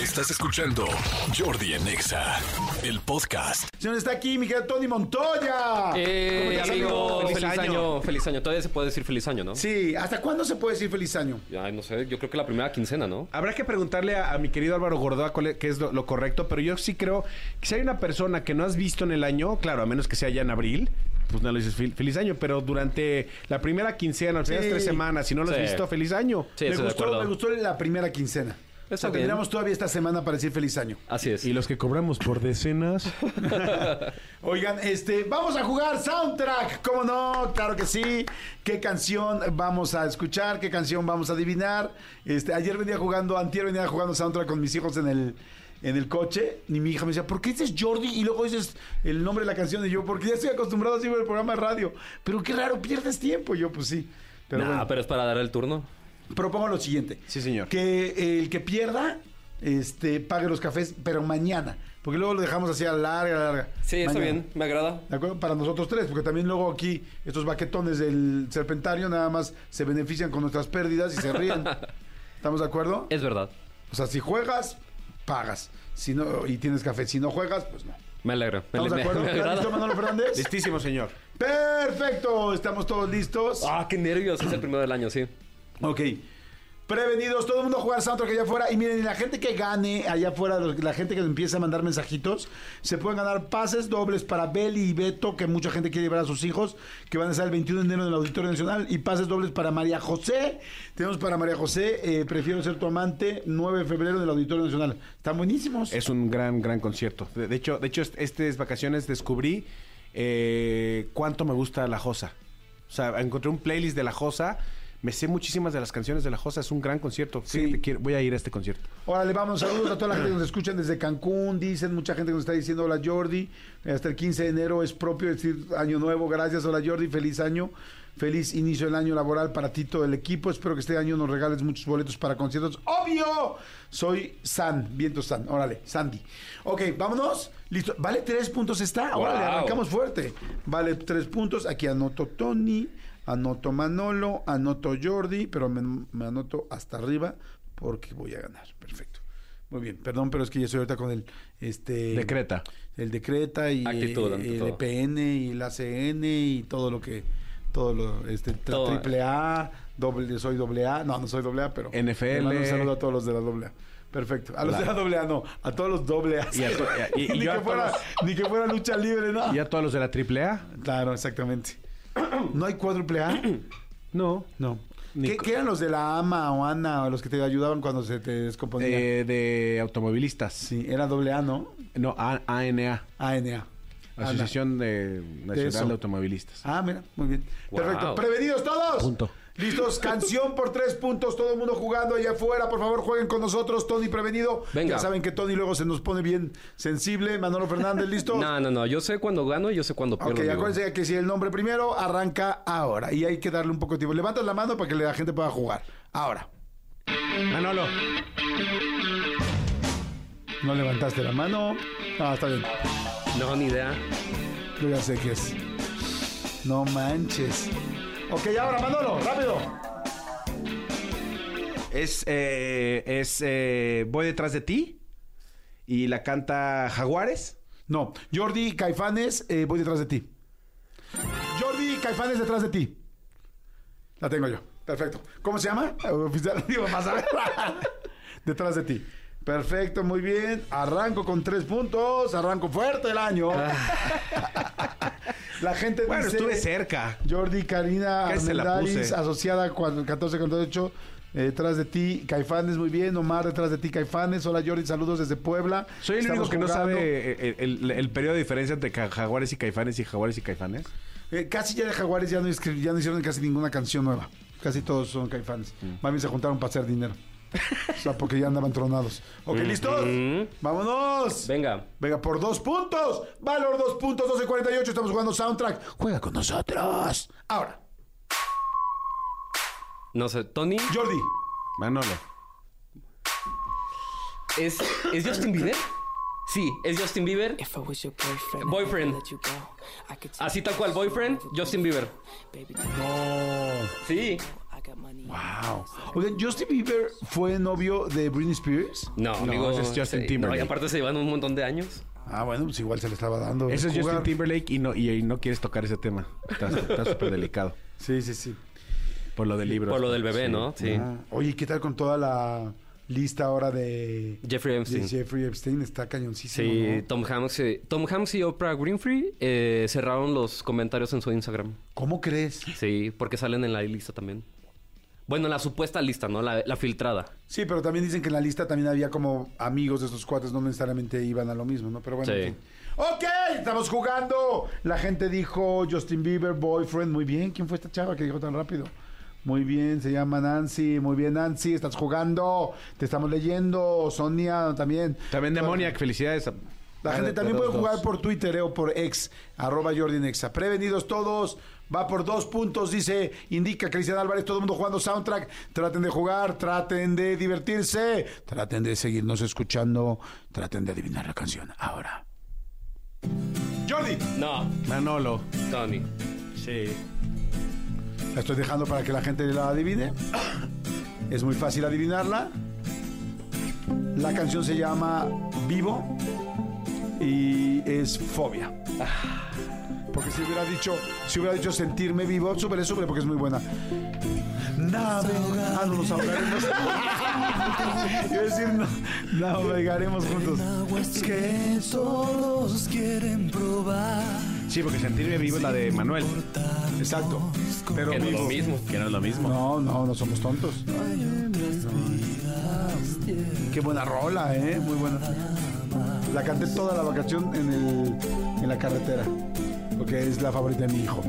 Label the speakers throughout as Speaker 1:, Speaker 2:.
Speaker 1: Estás escuchando Jordi en Exa, el podcast.
Speaker 2: Señor, está aquí mi querido Tony Montoya. ¿Cómo
Speaker 3: Eh,
Speaker 2: estás,
Speaker 3: amigo,
Speaker 2: amigo?
Speaker 3: feliz, año. feliz año. Todavía se puede decir feliz año, ¿no?
Speaker 2: Sí, ¿hasta cuándo se puede decir feliz año?
Speaker 3: Ay, no sé, yo creo que la primera quincena, ¿no?
Speaker 4: Habrá que preguntarle a, a mi querido Álvaro Gordoa cuál es, qué es lo, lo correcto, pero yo sí creo que si hay una persona que no has visto en el año, claro, a menos que sea ya en abril, pues no le dices fel- feliz año, pero durante la primera quincena, las primeras
Speaker 2: Sí.
Speaker 4: tres semanas, si no lo has
Speaker 3: Sí.
Speaker 4: visto, feliz año.
Speaker 3: Sí,
Speaker 2: me,
Speaker 3: estoy de
Speaker 2: gustó,
Speaker 3: acuerdo.
Speaker 2: me gustó la primera quincena.
Speaker 3: Está
Speaker 2: o sea,
Speaker 3: bien.
Speaker 2: tendríamos todavía esta semana para decir feliz año.
Speaker 3: Así es.
Speaker 4: Y los que cobramos por decenas.
Speaker 2: Oigan, este, vamos a jugar soundtrack, ¿cómo no? Claro que sí. ¿Qué canción vamos a escuchar? ¿Qué canción vamos a adivinar? Este, ayer venía jugando, antier venía jugando soundtrack con mis hijos en el en el coche, y mi hija me decía, ¿por qué dices Jordi? Y luego dices el nombre de la canción, y yo, porque ya estoy acostumbrado a siempre el programa de radio. Pero qué raro, pierdes tiempo. Y yo, pues sí. Pero
Speaker 3: Nah,
Speaker 2: bueno.
Speaker 3: pero es para dar el turno.
Speaker 2: Propongo lo siguiente.
Speaker 4: Sí, señor.
Speaker 2: Que eh, el que pierda, este, pague los cafés, pero mañana. Porque luego lo dejamos así a larga, larga.
Speaker 3: Sí, está
Speaker 2: Mañana.
Speaker 3: bien, me agrada.
Speaker 2: ¿De acuerdo? Para nosotros tres, porque también luego aquí estos baquetones del serpentario nada más se benefician con nuestras pérdidas y se ríen. ¿Estamos de acuerdo?
Speaker 3: Es verdad.
Speaker 2: O sea, si juegas, pagas. Si no, y tienes café. Si no juegas, pues no.
Speaker 3: Me alegro. Me,
Speaker 2: ¿Estamos
Speaker 3: me-
Speaker 2: de acuerdo?
Speaker 3: me
Speaker 2: ¿Está
Speaker 3: agrada.
Speaker 2: listo Manolo Fernández?
Speaker 4: Listísimo, señor.
Speaker 2: Perfecto, estamos todos listos.
Speaker 3: Ah, qué nervios. Es el primero del año, sí.
Speaker 2: Ok. Prevenidos, todo el mundo a jugar soundtrack allá afuera. Y miren, la gente que gane allá afuera, los- la gente que empieza a mandar mensajitos, se pueden ganar pases dobles para Beli y Beto, que mucha gente quiere llevar a sus hijos, que van a estar el 21 de enero en el Auditorio Nacional. Y pases dobles para María José. Tenemos para María José, eh, Prefiero ser tu amante, 9 de febrero en el Auditorio Nacional. Están buenísimos.
Speaker 4: Es un gran, gran concierto. De, de hecho, de hecho, est- estas vacaciones descubrí eh, cuánto me gusta La Josa. O sea, encontré un playlist de La Josa. Me sé muchísimas de las canciones de La Josa. Es un gran concierto. Fíjate, quiero- voy a ir a este concierto.
Speaker 2: Órale, vamos, saludos a toda la gente que nos escuchan desde Cancún, dicen, mucha gente que nos está diciendo, hola Jordi, hasta el 15 de enero es propio decir año nuevo, gracias, hola Jordi, feliz año, feliz inicio del año laboral para ti, todo el equipo, espero que este año nos regales muchos boletos para conciertos, obvio, soy San, viento San, órale, Sandy. Ok, vámonos, listo, vale tres puntos está, órale,
Speaker 3: Wow.
Speaker 2: arrancamos fuerte, vale tres puntos, aquí anoto Tony, anoto Manolo, anoto Jordi, pero me, me anoto hasta arriba porque voy a ganar. Perfecto. Muy bien, perdón, pero es que ya estoy ahorita con el este
Speaker 4: Decreta.
Speaker 2: el decreta y
Speaker 3: Actitud
Speaker 2: eh,
Speaker 3: ante
Speaker 2: el
Speaker 3: todo.
Speaker 2: EPN y el ACN y todo lo que todo lo este tra-
Speaker 3: Todo.
Speaker 2: triple A, doble soy doble A, no no soy doble A, pero
Speaker 4: NFL.
Speaker 2: le mando un saludo a todos los de la doble A. Perfecto. A los de la doble A no, a todos los doble A.
Speaker 4: Y a to- y- y- y
Speaker 2: ni,
Speaker 4: yo a
Speaker 2: que fuera,
Speaker 4: todos-
Speaker 2: ni que fuera lucha libre, no.
Speaker 4: ¿Y a todos los de la AAA?
Speaker 2: Claro, exactamente. ¿No hay cuádruple A?
Speaker 4: No.
Speaker 2: No.
Speaker 4: Ni
Speaker 2: ¿Qué,
Speaker 4: co-
Speaker 2: qué eran los de la AMA o ANA o los que te ayudaban cuando se te descomponía?
Speaker 4: Eh, de automovilistas.
Speaker 2: sí, era doble A, ¿no?
Speaker 4: No, A- ANA.
Speaker 2: ANA.
Speaker 4: Asociación de Nacional
Speaker 2: eso.
Speaker 4: de Automovilistas.
Speaker 2: Ah, mira, muy bien.
Speaker 3: Wow.
Speaker 2: Perfecto. Prevenidos todos.
Speaker 4: Punto.
Speaker 2: Listos, canción por tres puntos, todo el mundo jugando allá afuera, por favor jueguen con nosotros, Tony prevenido.
Speaker 3: Venga.
Speaker 2: Ya saben que Tony luego se nos pone bien sensible, Manolo Fernández, listo.
Speaker 3: No, no, no. Yo sé cuándo gano y yo sé cuándo pierdo.
Speaker 2: Ok,
Speaker 3: amigo.
Speaker 2: acuérdense que si el nombre primero arranca ahora y hay que darle un poco de tiempo. Levanta la mano para que la gente pueda jugar. Ahora.
Speaker 4: Manolo.
Speaker 2: No levantaste la mano. Ah, está bien.
Speaker 3: No, ni idea.
Speaker 2: Yo ya sé qué es. No manches. Ok, ahora Manolo, rápido.
Speaker 4: Es, eh, es eh, Voy detrás de ti. Y la canta Jaguares.
Speaker 2: No, Jordi Caifanes, eh, voy detrás de ti. Jordi Caifanes detrás de ti. La tengo yo. Perfecto. ¿Cómo se llama? Eh, Oficial, digo, vas a ver. detrás de ti. Perfecto, muy bien. Arranco con tres puntos. Arranco fuerte el año. La gente
Speaker 4: Ah. Bueno,
Speaker 2: dice...
Speaker 4: estuve cerca.
Speaker 2: Jordi Karina
Speaker 4: Casi se la
Speaker 2: Armendáriz,
Speaker 4: puse.
Speaker 2: asociada cuando- 14 con 8, eh, detrás de ti, Caifanes, muy bien, Omar, detrás de ti, Caifanes, hola Jordi, saludos desde Puebla.
Speaker 4: Soy el
Speaker 2: Estamos
Speaker 4: único que no
Speaker 2: jugando.
Speaker 4: sabe eh, el, el- el periodo de diferencia entre ca- Jaguares y Caifanes y Jaguares y Caifanes.
Speaker 2: Eh, casi ya de Jaguares ya no, escri- ya no hicieron casi ninguna canción nueva, casi todos son Caifanes. Más bien se juntaron para hacer dinero, o sea, porque ya andaban tronados. Ok, ¿listos? ¡Vámonos!
Speaker 3: Venga.
Speaker 2: Venga, por dos puntos, Valor dos puntos, 12.48, estamos jugando Soundtrack, juega con nosotros. Ahora,
Speaker 3: No sé. Tony,
Speaker 2: Jordi,
Speaker 4: Manolo.
Speaker 3: ¿es, ¿es Justin Bieber? Sí, es Justin Bieber.
Speaker 5: If I was your
Speaker 3: Boyfriend.
Speaker 5: boyfriend, boyfriend. Let you go. I could
Speaker 3: Así tal cual, boyfriend, Justin Bieber.
Speaker 5: Baby, you know
Speaker 3: Sí.
Speaker 5: I got money
Speaker 2: Wow. Oigan, Justin Bieber fue novio de Britney Spears.
Speaker 3: No,
Speaker 4: No,
Speaker 3: amigo.
Speaker 4: ese es Justin
Speaker 3: se- no,
Speaker 4: Timberlake.
Speaker 3: y aparte se llevan un montón de años.
Speaker 2: Ah, bueno, pues igual se le estaba dando.
Speaker 4: Eso es
Speaker 2: Jugar.
Speaker 4: Justin Timberlake y no, y, y no quieres tocar ese tema. Está está súper delicado.
Speaker 2: Sí, sí, sí.
Speaker 4: Por lo del libro.
Speaker 3: Por lo del bebé,
Speaker 4: Sí.
Speaker 3: ¿no? Sí.
Speaker 2: Ah, oye, ¿qué tal con toda la lista ahora de
Speaker 3: Jeffrey Epstein.
Speaker 2: de Jeffrey Epstein? Está cañoncísimo.
Speaker 3: Sí,
Speaker 2: ¿no?
Speaker 3: Tom Hanks, eh, Tom Hanks y Oprah Winfrey eh, cerraron los comentarios en su Instagram.
Speaker 2: ¿Cómo crees?
Speaker 3: Sí, porque salen en la lista también. Bueno, la supuesta lista, ¿no? La, la filtrada.
Speaker 2: Sí, pero también dicen que en la lista también había como amigos de estos cuates, no necesariamente iban a lo mismo, ¿no? Pero bueno.
Speaker 3: Sí.
Speaker 2: en fin. Ok, estamos jugando. La gente dijo Justin Bieber, boyfriend. Muy bien, ¿quién fue esta chava que dijo tan rápido? Muy bien, se llama Nancy. Muy bien, Nancy, estás jugando. Te estamos leyendo. Sonia también.
Speaker 4: También Demoniac, felicidades. a-
Speaker 2: La gente
Speaker 4: a-
Speaker 2: también
Speaker 4: a
Speaker 2: puede
Speaker 4: todos
Speaker 2: jugar
Speaker 4: dos.
Speaker 2: por Twitter eh, o por ex, arroba Jordi en Exa. Prevenidos todos, va por dos puntos, dice, indica Cristian Álvarez, todo el mundo jugando soundtrack. Traten de jugar, traten de divertirse, traten de seguirnos escuchando, traten de adivinar la canción. Ahora. Jordi,
Speaker 3: No,
Speaker 4: Manolo.
Speaker 3: Tony.
Speaker 4: Sí.
Speaker 2: la estoy dejando para que la gente la adivine. Es muy fácil adivinarla. La canción se llama Vivo y es Fobia. Porque si hubiera dicho, si hubiera dicho sentirme vivo, súbele, súbele porque es muy buena. Navegar- Ah, no, nos ahogaremos. Iba a decir, no, navegaremos juntos.
Speaker 5: Aguas que todos quieren probar.
Speaker 4: Sí, porque sentirme vivo es la de Manuel.
Speaker 2: Exacto. Pero
Speaker 3: Que no es
Speaker 2: vivo.
Speaker 3: lo mismo.
Speaker 4: Que no es lo mismo.
Speaker 2: No, no, no somos tontos. Qué buena rola, ¿eh? Muy buena. La canté toda la vacación en, el, en la carretera, porque es la favorita de mi hijo.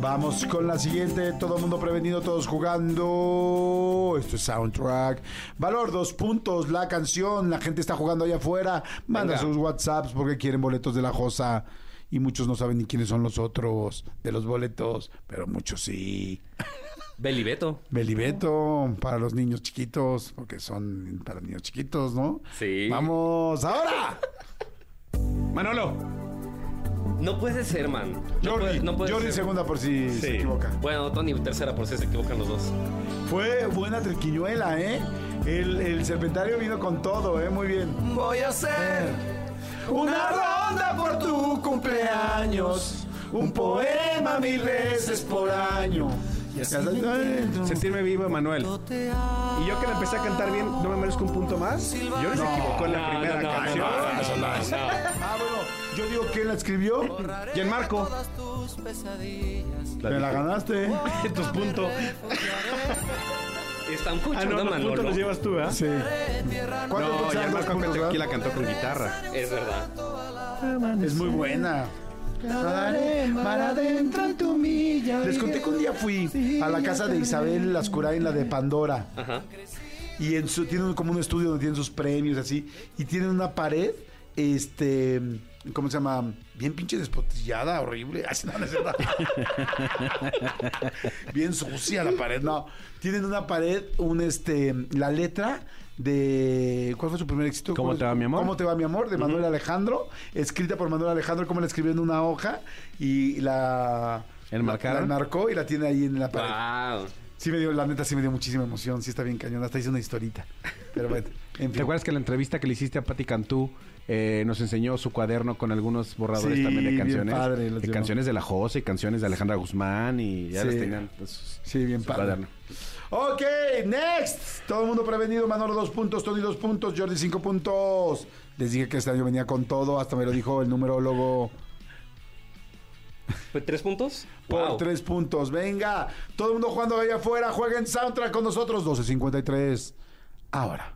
Speaker 2: Vamos con la siguiente. Todo el mundo prevenido, todos jugando. Esto es soundtrack. Valor, dos puntos. La canción. La gente está jugando allá afuera. Manda
Speaker 3: Venga.
Speaker 2: sus WhatsApps porque quieren boletos de la Josa. Y muchos no saben ni quiénes son los otros de los boletos, pero muchos sí.
Speaker 3: Belibeto.
Speaker 2: Belibeto para los niños chiquitos, porque son para niños chiquitos, ¿no?
Speaker 3: Sí.
Speaker 2: Vamos ahora.
Speaker 4: Manolo.
Speaker 3: No puede ser, man. No
Speaker 2: Jordi,
Speaker 3: puede- no puede
Speaker 2: Jordi
Speaker 3: ser.
Speaker 2: segunda por si se
Speaker 4: Sí.
Speaker 2: equivoca.
Speaker 3: Bueno, Tony tercera por si se equivocan los dos.
Speaker 2: Fue buena triquiñuela, ¿eh? El, el serpentario vino con todo, ¿eh? Muy bien. Eh.
Speaker 3: Voy a hacer
Speaker 2: Una ronda por tu cumpleaños, un poema mil veces por año.
Speaker 4: Sentirme vivo, Manuel. Y yo que la empecé a cantar bien, ¿no me merezco un punto más? Yo les equivocó en la primera canción.
Speaker 2: Ah, bueno, yo digo quién la escribió.
Speaker 4: Y en Marco.
Speaker 2: Te la ganaste. ¿eh?
Speaker 4: Estos puntos.
Speaker 3: Están
Speaker 4: Ah, no,
Speaker 3: escuchando a
Speaker 4: los puntos
Speaker 3: Manolo.
Speaker 4: los llevas tú, ¿eh?
Speaker 2: Sí. ¿Cuántos
Speaker 4: No,
Speaker 2: puntos
Speaker 4: y
Speaker 2: eran?
Speaker 4: en
Speaker 2: Dos
Speaker 4: Marco
Speaker 2: puntos,
Speaker 4: aquí
Speaker 2: ¿verdad?
Speaker 4: la cantó con guitarra.
Speaker 3: Es verdad.
Speaker 2: Es muy buena. para adentro en tu milla. Les conté que un día fui a la casa de Isabel Lascurá en la de Pandora.
Speaker 3: Ajá.
Speaker 2: Y en su, tienen como un estudio donde tienen sus premios así. Y tienen una pared, este. ¿Cómo se llama? Bien pinche despotillada, horrible. Ay, no, no es verdad. Bien sucia la pared, no. Tienen una pared, un este. La letra de. ¿Cuál fue su primer éxito?
Speaker 4: ¿Cómo
Speaker 2: ¿Cuál-
Speaker 4: te va, mi amor?
Speaker 2: ¿Cómo te va, mi amor? De Manuel Alejandro. Escrita por Manuel Alejandro, como la escribió en una hoja. Y la.
Speaker 4: ¿Enmarcaron?
Speaker 2: La,
Speaker 4: Ah.
Speaker 2: la enmarcó y la tiene ahí en la pared.
Speaker 3: Wow.
Speaker 2: Sí me dio, la neta sí me dio muchísima emoción, sí está bien cañón, hasta hice una historita. Pero bueno, en
Speaker 4: ¿Te
Speaker 2: fin.
Speaker 4: acuerdas que la entrevista que le hiciste a Patti Cantú eh, nos enseñó su cuaderno con algunos borradores
Speaker 2: Sí,
Speaker 4: también de
Speaker 2: bien
Speaker 4: canciones?
Speaker 2: padre, los
Speaker 4: de
Speaker 2: llevó.
Speaker 4: canciones de la Jose, canciones de Alejandra Guzmán y ya
Speaker 2: Sí.
Speaker 4: las tenían. pues,
Speaker 2: Sí, bien
Speaker 4: su
Speaker 2: padre.
Speaker 4: cuaderno.
Speaker 2: Ok, next. Todo el mundo prevenido, Manolo dos puntos, Tony dos puntos, Jordi cinco puntos. Les dije que este año venía con todo, hasta me lo dijo el numerólogo
Speaker 3: ¿Fue tres puntos?
Speaker 2: por
Speaker 3: Wow.
Speaker 2: tres puntos. Venga, todo el mundo jugando allá afuera, jueguen soundtrack con nosotros, 12.53. Ahora.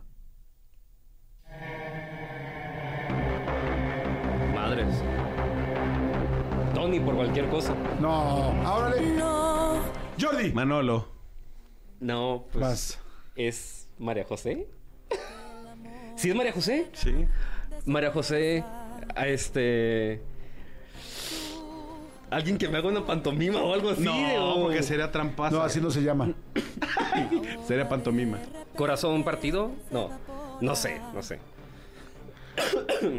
Speaker 3: Madres. Tony por cualquier cosa.
Speaker 2: No, ahora le... Jordi.
Speaker 4: Manolo.
Speaker 3: No, pues.
Speaker 2: Vas.
Speaker 3: ¿Es María José? ¿Sí es María José?
Speaker 4: Sí.
Speaker 3: María José, a este. Alguien que me haga una pantomima o algo así. oh,
Speaker 4: No,
Speaker 3: o-
Speaker 4: porque sería trampa.
Speaker 2: No, así no se llama.
Speaker 4: Sería pantomima.
Speaker 3: ¿Corazón partido? No. No sé, no sé.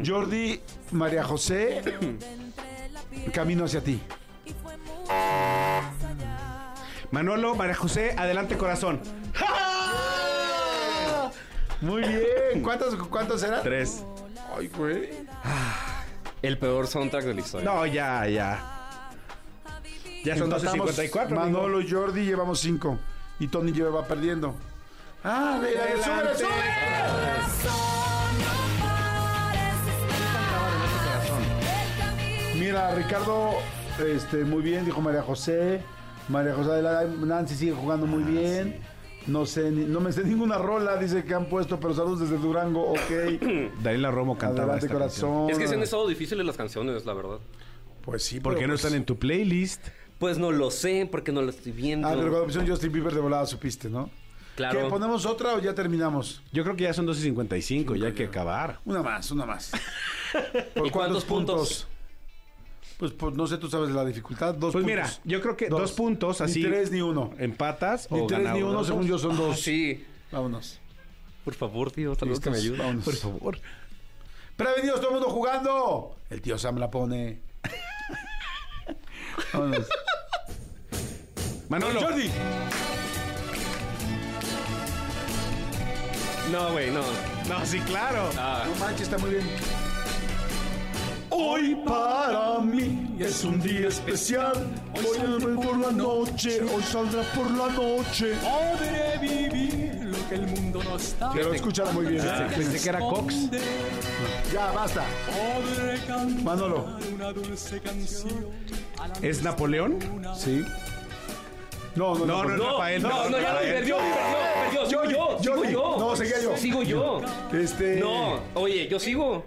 Speaker 2: Jordi, María José, camino hacia ti.
Speaker 4: Manolo, María José, adelante corazón.
Speaker 2: Muy bien. ¿Cuántos, cuántos eran?
Speaker 4: Tres.
Speaker 2: Ay, güey.
Speaker 3: El peor soundtrack de la historia.
Speaker 4: No, ya, ya. Ya son
Speaker 2: Empatamos
Speaker 4: 12.54. amigo.
Speaker 2: Manolo y Jordi llevamos 5. Y Tony lleva perdiendo. ¡Ah! de-
Speaker 4: Adelante.
Speaker 2: ¡Súbele, súbele! Mira, Ricardo, este, muy bien, dijo María José. María José de la Nancy sigue jugando
Speaker 4: Ah,
Speaker 2: muy bien. No sé, ni- no me sé ninguna rola, dice que han puesto, pero saludos desde Durango, ok.
Speaker 4: Daniela Romo cantaba
Speaker 2: Adelante,
Speaker 4: esta canción.
Speaker 2: corazón.
Speaker 3: Es que se han estado difíciles las canciones, la verdad.
Speaker 2: Pues sí,
Speaker 4: ¿Por qué no están en tu playlist?
Speaker 3: Pues no lo sé, porque no lo estoy viendo.
Speaker 2: Ah, pero cuando pusieron Justin Bieber de volada supiste, ¿no?
Speaker 3: Claro.
Speaker 2: ¿Qué, ¿Ponemos otra o ya terminamos?
Speaker 4: Yo creo que ya son 12.55, ya hay que acabar.
Speaker 2: Una más, una más.
Speaker 3: ¿Y cuántos puntos?
Speaker 2: Pues, pues, no sé, tú sabes la dificultad. Dos
Speaker 4: Pues
Speaker 2: puntos.
Speaker 4: mira, yo creo que dos, puntos así.
Speaker 2: Ni tres ni uno. Eh,
Speaker 4: Empatas
Speaker 2: Ni
Speaker 4: o
Speaker 2: tres
Speaker 4: gana
Speaker 2: ni uno,
Speaker 4: uno.
Speaker 2: según yo son dos.
Speaker 3: Sí.
Speaker 2: Vámonos.
Speaker 3: Por favor, tío, saludos que me
Speaker 2: Listos,
Speaker 3: ayuda.
Speaker 2: vámonos.
Speaker 3: Por favor.
Speaker 2: Prevenidos, todo el mundo jugando. El tío Sam la pone. Vámonos.
Speaker 4: Manolo.
Speaker 2: Jordi.
Speaker 3: No, güey, no.
Speaker 4: No, sí, claro.
Speaker 2: No manches, está muy bien. Hoy para mí es un día especial. Hoy saldré por la noche, hoy saldrá por la noche.
Speaker 6: Podré vivir lo que el mundo no está.
Speaker 2: Pero escúchala muy bien. este
Speaker 4: Pensé que era Cox.
Speaker 2: Ya, basta.
Speaker 6: Podré cantar
Speaker 2: Manolo.
Speaker 6: una dulce canción. a la
Speaker 4: ¿Es Napoleón?
Speaker 2: Sí. No, no, no.
Speaker 4: No, no,
Speaker 2: no.
Speaker 4: no. Rafael,
Speaker 3: no, no,
Speaker 4: no,
Speaker 3: ya lo
Speaker 4: Rafael.
Speaker 3: perdió, perdió, perdió. Yo, yo, sigo
Speaker 2: Jordi,
Speaker 3: yo.
Speaker 2: no, seguía yo.
Speaker 3: Sigo yo.
Speaker 2: Este.
Speaker 3: No, oye, yo sigo.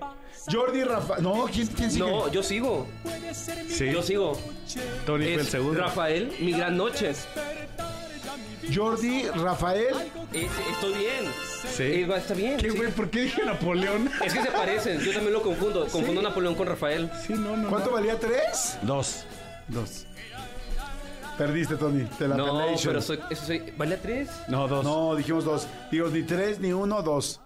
Speaker 2: Jordi Rafa. No, ¿quién, quién sigue?
Speaker 3: No, yo sigo.
Speaker 4: Sí.
Speaker 3: Yo sigo.
Speaker 4: Tony fue el
Speaker 3: Es
Speaker 4: segundo.
Speaker 3: Rafael, mi gran noche. Es-
Speaker 2: Jordi Rafael.
Speaker 3: Eh, estoy bien.
Speaker 4: Sí.
Speaker 3: Eh, va, está bien.
Speaker 4: ¿Qué,
Speaker 3: sí.
Speaker 4: güey? ¿Por qué dije Napoleón?
Speaker 3: Es que se parecen. Yo también lo confundo. Confundo a Napoleón con Rafael.
Speaker 4: Sí, no, no.
Speaker 2: ¿Cuánto valía? ¿Tres?
Speaker 4: Dos.
Speaker 2: Dos. Perdiste, Tony. Te la
Speaker 3: No,
Speaker 2: pelation.
Speaker 3: pero soy, eso soy. ¿Vale a tres?
Speaker 4: No, dos.
Speaker 2: No, dijimos dos. Dijimos ni tres, ni uno, dos.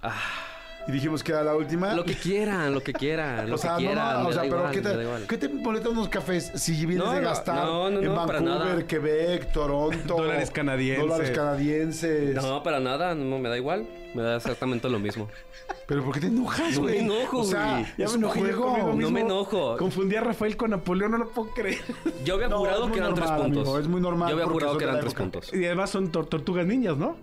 Speaker 2: Y dijimos que era la última.
Speaker 3: Ah. Lo que quieran, lo que quieran, lo
Speaker 2: o sea,
Speaker 3: que quieran.
Speaker 2: no, no,
Speaker 3: me
Speaker 2: o sea,
Speaker 3: da
Speaker 2: pero
Speaker 3: igual,
Speaker 2: ¿qué,
Speaker 3: me da igual.
Speaker 2: te, ¿qué te molesta unos cafés si vienes
Speaker 3: No,
Speaker 2: de
Speaker 3: no,
Speaker 2: gastar
Speaker 3: no, no,
Speaker 2: en
Speaker 3: no, para
Speaker 2: Vancouver,
Speaker 3: nada.
Speaker 2: Quebec, Toronto?
Speaker 4: Dólares canadienses.
Speaker 2: Dólares canadienses.
Speaker 3: No, para nada, no me da igual. Me da exactamente lo mismo.
Speaker 2: Pero ¿por qué te enojas,
Speaker 3: No me
Speaker 2: güey?
Speaker 3: enojo,
Speaker 2: o sea,
Speaker 3: güey.
Speaker 2: Ya me enojé
Speaker 4: yo conmigo
Speaker 2: conmigo
Speaker 3: No
Speaker 4: mismo.
Speaker 3: me enojo.
Speaker 4: Confundí a Rafael con Napoleón, no lo puedo creer.
Speaker 3: Yo había
Speaker 2: No,
Speaker 3: jurado
Speaker 2: es muy
Speaker 3: que eran
Speaker 2: normal,
Speaker 3: tres puntos.
Speaker 2: amigo, es muy normal
Speaker 3: Yo había
Speaker 2: porque
Speaker 3: jurado
Speaker 2: son
Speaker 3: que
Speaker 2: de
Speaker 3: eran
Speaker 2: la
Speaker 3: tres
Speaker 2: época.
Speaker 3: puntos.
Speaker 4: Y además son tor- tortugas niñas, ¿no?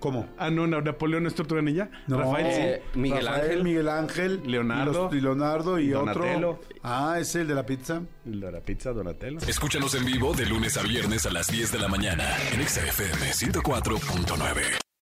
Speaker 2: ¿Cómo?
Speaker 4: Ah, no, no, Napoleón no es tortuga ninja.
Speaker 2: No,
Speaker 4: Rafael sí.
Speaker 3: Eh, Miguel
Speaker 2: Rafael,
Speaker 3: Ángel.
Speaker 2: Miguel Ángel.
Speaker 4: Leonardo.
Speaker 2: Y, los- y Leonardo y
Speaker 4: Donatello.
Speaker 2: otro. Ah, es el de la pizza.
Speaker 4: La pizza Donatello.
Speaker 1: Escúchanos en vivo de lunes a viernes a las 10 de la mañana en Exa FM 104.9.